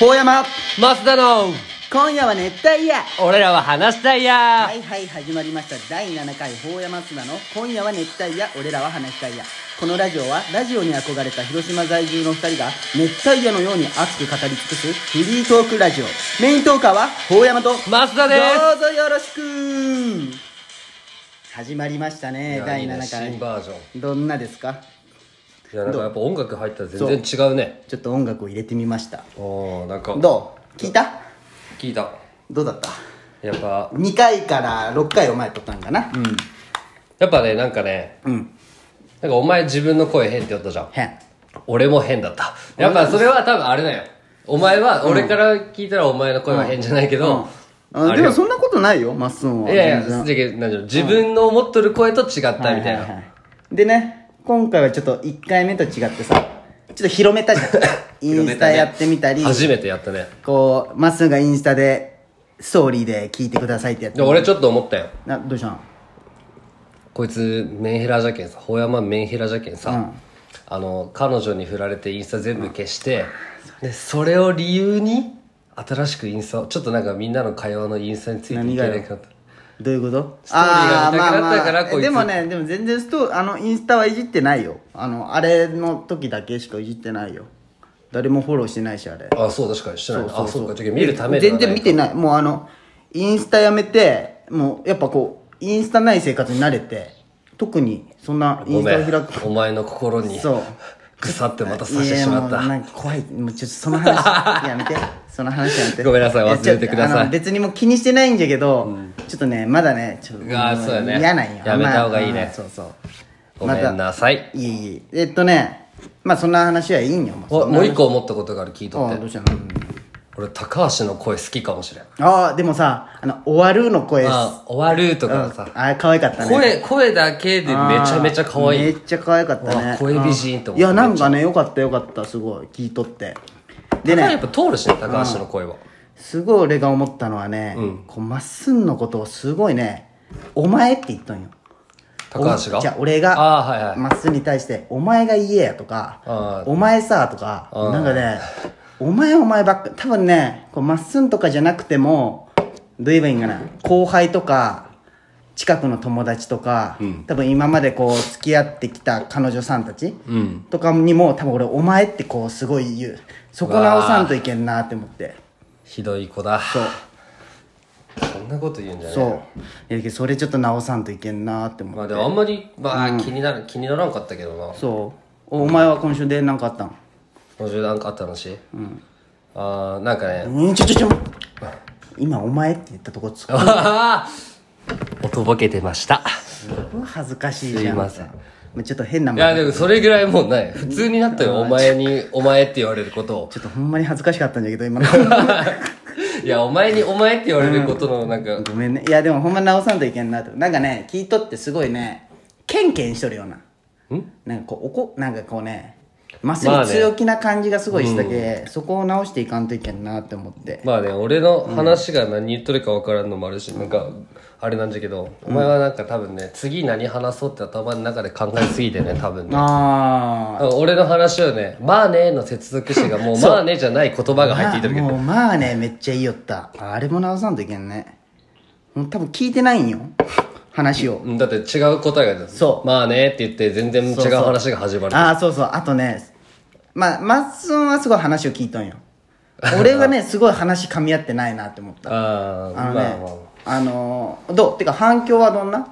大山増田の今夜は熱帯夜俺らは話したいやはいはい始まりました第7回「やまつなの今夜は熱帯夜俺らは話したいや」このラジオはラジオに憧れた広島在住の2人が熱帯夜のように熱く語り尽くすフリートークラジオメイントーカーは大山と増田ですどうぞよろしく始まりましたね第7回新バージョンどんなですかいやなんかやっぱ音楽入ったら全然違うねちょっと音楽を入れてみましたおーなんかどう聞いた聞いたどうだったやっぱ2回から6回お前撮ったんかなうんやっぱねなんかねうんなんかお前自分の声変って言ったじゃん変俺も変だったやっぱそれは多分あれだよお前は俺から聞いたらお前の声は変じゃないけど、ああでれもよそんなことないよマッスンはいやいや全然だけどなんだろう自分の思っとる声と違ったみたいな、はははでね今回はちょっと1回目と違ってさちょっと広めたじ ゃんインスタやってみたり初めてやったねこうまっすんがインスタでストーリーで聞いてくださいってやってで俺ちょっと思ったよなどうしたんこいつメンヘラじゃけんさほやまメンヘラじゃけんさ、うんあの彼女に振られてインスタ全部消して、でそれを理由に新しくインスタをちょっとなんかみんなの会話のインスタについていけないかとどういうことストーリーが見たくなったからあーまあまあこいつでもねでも全然ストあのインスタはいじってないよあのあれの時だけしかいじってないよ誰もフォローしてないしあれあそう確かにしてないあそうかじゃあ見るためで全はない然見てないもうあのインスタやめてもうやっぱこうインスタない生活に慣れて特にそんなイごンスめタを開んくお前の心にそう腐ってまた刺してしまいやもっうたなんか怖いもうちょっとその 話やめてその話やめてごめんなさいや忘れてくださいちょっとあの別にもう気にしてないんじゃけど、ちょっとねまだねちょっとうわーもそうだね嫌なんよやめた方がいいねまあそうそうごめんなさい、いいいいえっとねまあそんな話はいいんよもうおもう一個思ったことがある聞いとあっあてどうしたの俺高橋の声好きかもしれんああでもさあの「終わる」の声ああ終わるとかさあ可愛かったね声声だけでめちゃめちゃ可愛めいっちゃ可愛かったうわね声美人と思っていやなんかねよかったよかったすごい聞いとってで高橋やっねぱ通るしね高橋の声はすごい俺が思ったのはね、こうまっすんのことをすごいね「お前」って言ったんよ高橋がおじゃあ俺あーはいはがいまっすんに対して「お前が言えや」とかあ「お前さ」とかなんかね「お前お前ばっか」多分ねこうまっすんとかじゃなくてもどう言えばいいんかな後輩とか近くの友達とか、多分今までこう付き合ってきた彼女さんたちんとかにも多分俺「お前」ってこうすごい言うそこ直さんといけんなって思ってひどい子だそうそんなこと言うんじゃないそういやけどそれちょっと直さんといけんなって思ってまあでもあんまりまあ気になる気にならんかったけどなそうおお前は今週で何かあったん今週なんかあった話ああなんかねうんちょちょちょ今お前って言ったとこつくあ ーおとぼけてました恥ずかしいじゃんすいませんもうちょっと変ないもんやでもそれぐらいもうない普通になったよお前にお前って言われることをちょっとほんまに恥ずかしかったんだけど今のいやお前にお前って言われることのなんかごめんねいやでもほんま直さんといけんなとなんかね聞いとってすごいねケンケンしとるようなんなんかこうおこなんかこうねまっすまあぐね強気な感じがすごいしたけ、そこを直していかんといけんなって思ってまあね俺の話が何言っとるか分からんのもあるしなんかあれなんじゃけどお前はなんか多分ね次何話そうって頭の中で考えすぎてね多分ねあうん俺の話はね「まあね」の接続詞がもう「まあね」じゃない言葉が入っていたあけどもうまあねめっちゃいいよったあれも直さんといけんねもう多分聞いてないんよ話をうんだって違う答えが出るそうまあね」って言って全然違う話が始まるああそうそうあとねまあマッスンはすごい話を聞いとん よ俺はねすごい話噛み合ってないなって思った あああのまあねまああのーどうてか反響はどんな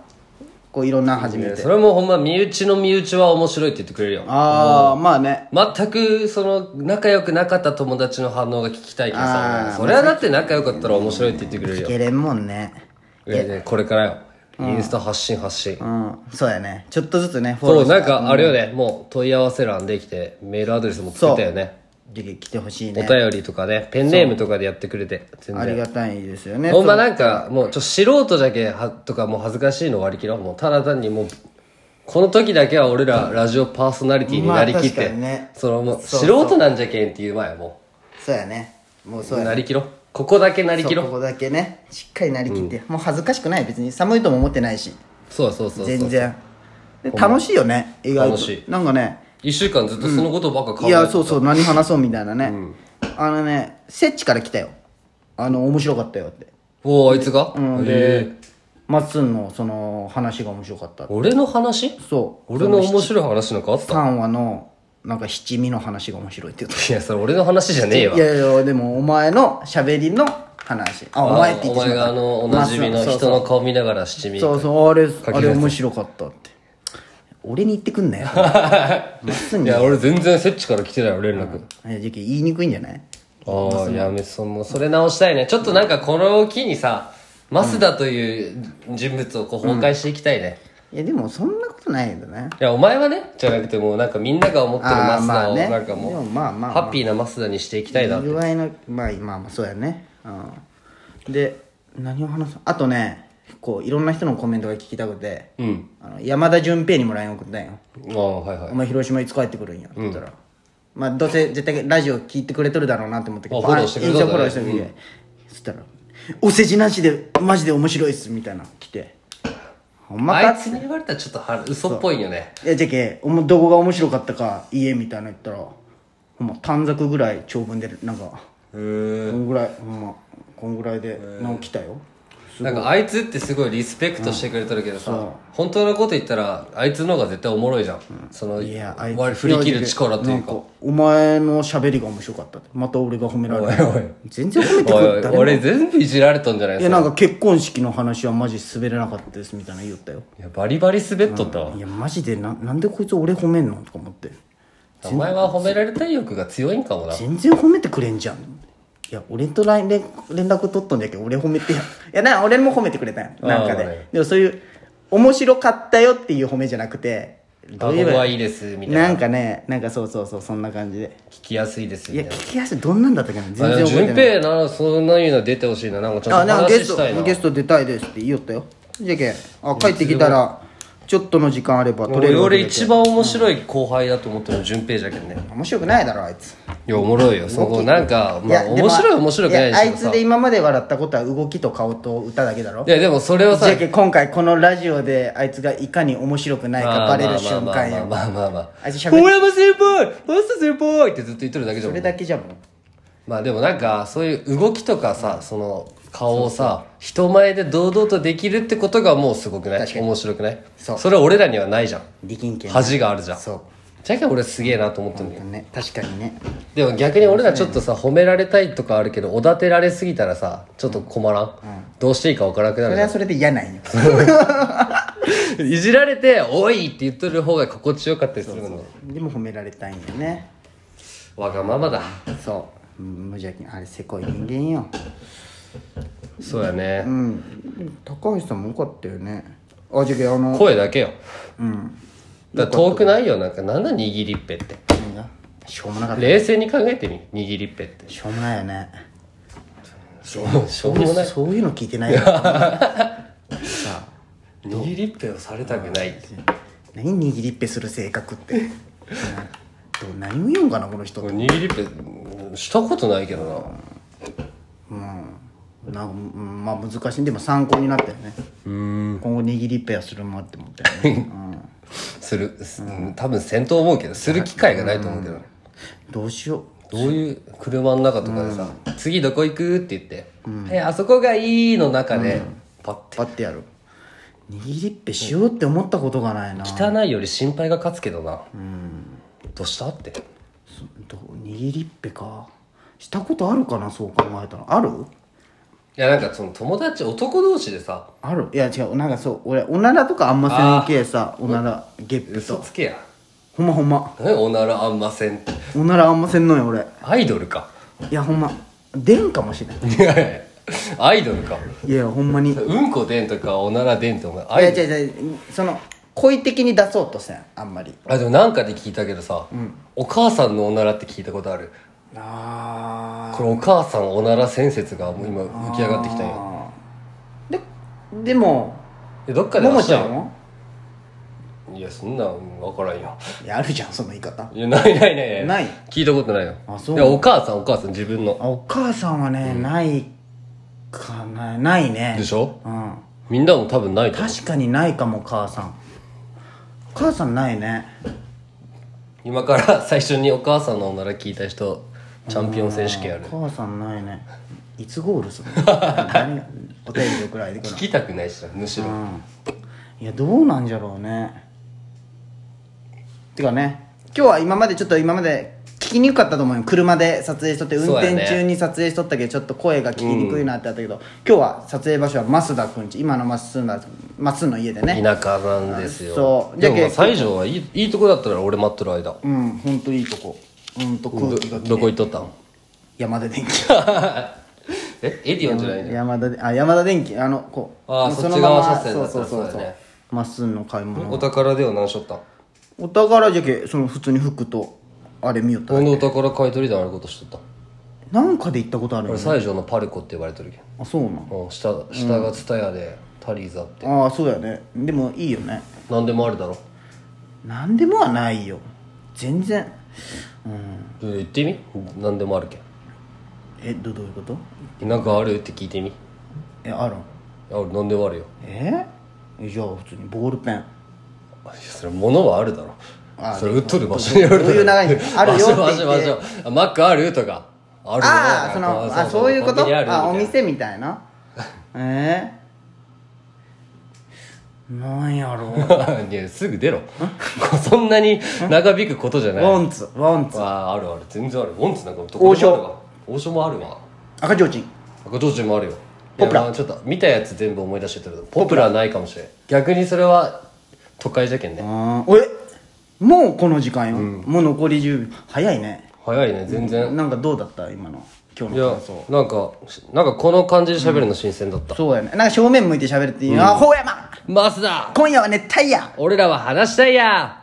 こういろんなの始めねてそれもほんま身内の身内は面白いって言ってくれるよああまあね全くその仲良くなかった友達の反応が聞きたいけどあさーそれはだって仲良かったら面白いって言ってくれるいよけれんもんねいやねこれからよインスタ発信発信うんそうやねちょっとずつねフォロそーうしてなんかあれよねもう問い合わせ欄できてメールアドレスも作ったよねぜひ来てほしいおね便りとかねペンネームとかでやってくれて全あり然がたいですよねほんまなんかもうちょ素人じゃけはとかもう恥ずかしいの割り切ろうもうただ単にもうこの時だけは俺らラジオパーソナリティになりきっまあ確てかにねそのもう素人なんじゃけんっていう前はもそうやねもうそううやねなりきろここだけなりそうきころこだけねしっかりなりきって、もう恥ずかしくない別に寒いとも思ってないしそうそうそうそう全然で楽しいよね意外と楽しなんかね1週間ずっとそのことばっか考いえやてそうそう何話そうみたいなね、あのねせっちから来たよあの面白かったよっておおあいつが、うんでへえまっすんのその話が面白かったって俺の話そう俺の面白い話なんかあった3話のなんか七味の話が面白いって言っていやそれ俺の話じゃねえわいやいやでもお前の喋りの話あお前って言ってお前があのおなじみの人の顔見ながら七味そうそうあれき出すあれ面白かったって俺に言ってく んなよまっすんいにいや俺全然セッチから来てないよ連絡、やじゃあ言いにくいんじゃないああいやめそもうそれ直したいねちょっとなんかこの機にさ増田という人物をこう崩壊していきたいね、いやでもそんなことないけどねいやお前はねじゃなくてもうなんかみんなが思ってるあー増ま田あをねなんかもうでもまあまあまあハッピーな増田にしていきたいなって具合のまあまあまあそうやねうんで何を話すあとねこういろんな人のコメントが聞きたくて、うんあの山田純平にも LINE 送ったんよああはいはいお前広島いつ帰ってくるんや」って言ったら、まあどうせ絶対ラジオ聞いてくれとるだろうなって思ったけどあフォローしてくれインとスるタフォんだねローしてみて、そしたら「お世辞なしでマジで面白いっす」みたいなの来て「ほんまあか?」いつに言われたらちょっとは嘘っぽいよねいやじゃけおもどこが面白かったか言えみたいなの言ったらほんま短冊ぐらい長文でなんかこんぐらいほんまこんぐらいでなんか来たよなんかあいつってすごいリスペクトしてくれてるけどさ、本当のこと言ったらあいつの方が絶対おもろいじゃん、そのいやあいつ割り振り切る力とないんうかかお前の喋りが面白かったってまた俺が褒められおいおるい全然褒めてくおいおれいた俺全部いじられたんじゃないいでやすなんかか結婚式の話はマジ滑れなかったですみたいなの言ったよいやバリバリ滑っとったわい、やマジでななんでこいつ俺褒めんのとか思ってお前は褒められたい欲が強いんかもな全然褒めてくれんじゃんいや俺と LINE 連連絡取っとんじゃけど俺褒めてやい やな俺も褒めてくれたんよなんかあーはいででもそういう面白かったよっていう褒めじゃなくてあどうい僕うのはいいですみたいななんかねなんかそうそうそうそんな感じで聞きやすいですいみやたいな聞きやすいどんなんだったかな全然覚純えてない平なそんないうの出てほしいななんかちょっあとなんかゲス話したいなトゲスト出たいですって言おったよじゃけあ帰ってきたらちょっとの時間あれば取れ俺るわけ俺で一番面白い後輩だと思ってるの純平じゃけんね面白くないだろあいついやおもろいよそこなんか、まあ、でも面白い面白くないいでやしあいょつで今まで笑ったことは動きと顔と歌だけだろいやでもそれはさじゃけ今回このラジオであいつがいかに面白くないかバレる瞬間やまあまあまあまあまあまああいつ喋る大山先輩マスタ先輩ってずっと言っとるだけじゃそんれだけじゃもんまあでもなんかそういう動きとかさ、その顔をさ人前で堂々とできるってことがもうすごくない面白くないそうれは俺らにはないじゃん力んけん恥があるじゃんそうじゃけん俺すげえなと思ってるんだけどね確かにねでも逆に俺らちょっとさ褒められたいとかあるけどおだてられすぎたらさちょっと困らん、どうしていいかわからなくなそるれじゃはそれで嫌なんよんいじられて「おい!」って言っとる方が心地よかったりするのでも褒められたいんよねわがままだそう無邪気にあれせこい人間よそうやね、うん高橋さんもよかったよねあじゃけあの声だけよだから遠くないよなんかなんだ握りっぺって何がしょうもなかった冷静に考えてみ握りっぺってしょうもないよねし ょうしょうもないそういうの聞いてないよさあ握りっぺをされたくないって何握りっぺする性格 って、うんどう何を言うんかなこの人って俺握りっぺうんしたことないけどなうんなんかうんまあ難しいでも参考になったよね今後握りっぺはするまって思ったよね、するす多分戦闘思うけどする機会がないと思うけどうんどうしよどういう車の中とかでさ「次どこ行く?」って言って「えあそこがいい」の中でパッうパッてやる握りっぺしようって思ったことがないなて汚いより心配が勝つけどなどうしたってそどう握りっぺかしたことあるかなそう考えたらあるいやなんかその友達男同士でさあるいや違うなんかそう俺おならとかあんませんけえさおならゲップ嘘とつけやほんまほんま何 おならあんませんっておならあんませんのよ俺アイドルかいやほんま出んかもしれない アイドルかいやほんまにいうんこでんとかおならでんってお前アやイ違うドル違うその恋的に出そうとせんあんまりあでもなんかで聞いたけどさ、お母さんのおならって聞いたことあるあこれお母さんおなら先説がもう今浮き上がってきたんよあででもでどっかでもも明日ちゃんはいやそんなん分からんよいやあるじゃんその言い方あいやないないないな いない聞いたことないよあそういやお母さんお母さん自分のお母さんはね、ないかなないねでしょうんみんなも多分ないと思う確かにないかも母さん母さんないね今から最初にお母さんのおなら聞いた人チャンピオン選手権ある母さんないねいつゴールす るの何がお便り送られてくる聞きたくないしなむしろのうんいやどうなんじゃろうねてかね今日は今までちょっと今まで聞きにくかったと思うよ車で撮影しとって運そうやね転中に撮影しとったけどちょっと声が聞きにくいなってあったけど、今日は撮影場所は増田くんち今の増田増田の家でね田舎なんですよそうじでゃもあまあ西条はいいいいとこだったら俺待っとる間うんほんといいとこうんと空ど気がきどこ行っとったん山田電機えエディオンじゃないの山田であ山田電機あのこうあもーうそっちのまま側車線だったそうらそうそうそそうだうねまっすんの買い物お宝では何しとったんお宝じゃけその普通に服とあれ見よった俺のお宝買い取り団あることしとったんなんかで行ったことあるよ俺ね西条のパルコって呼ばれてるけんあそうなんうん下下がツタヤでタリーザってああそうだよねでもいいよね何でもあるだろなんでもはないよ全然うんうん言ってみ何でもあるけえどどういうことんなんかあるって聞いてみえあるんあ俺何でもあるよえじゃあ普通にボールペンいやそれ物はあるだろあそれ売っとる場所によるどういう流れにあるよって言って場所場所場所あマックあるとかあるよああそのあそういうこコンとビニあるあおみたい店みたい なえー、なんやろうな いやすぐ出ろそんなに長引くことじゃないワンツワンツああるある全然あるウォンツなんかど王こでも将あるわ王将もあるわ赤ちょうちん赤ちょうちんもあるよポプラいやまあちょっと見たやつ全部思い出してたけどポプラないかもしれん逆にそれは都会じゃけんねあーえもうこの時間よ、もう残り10秒早いね早いね全然なんかどうだった今の今日いのや感想なんかなんかこの感じで喋るの新鮮だったそうやねなんか正面向いて喋るっていう、あほうやまマスだ今夜は熱帯夜俺らは話したいや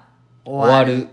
終わる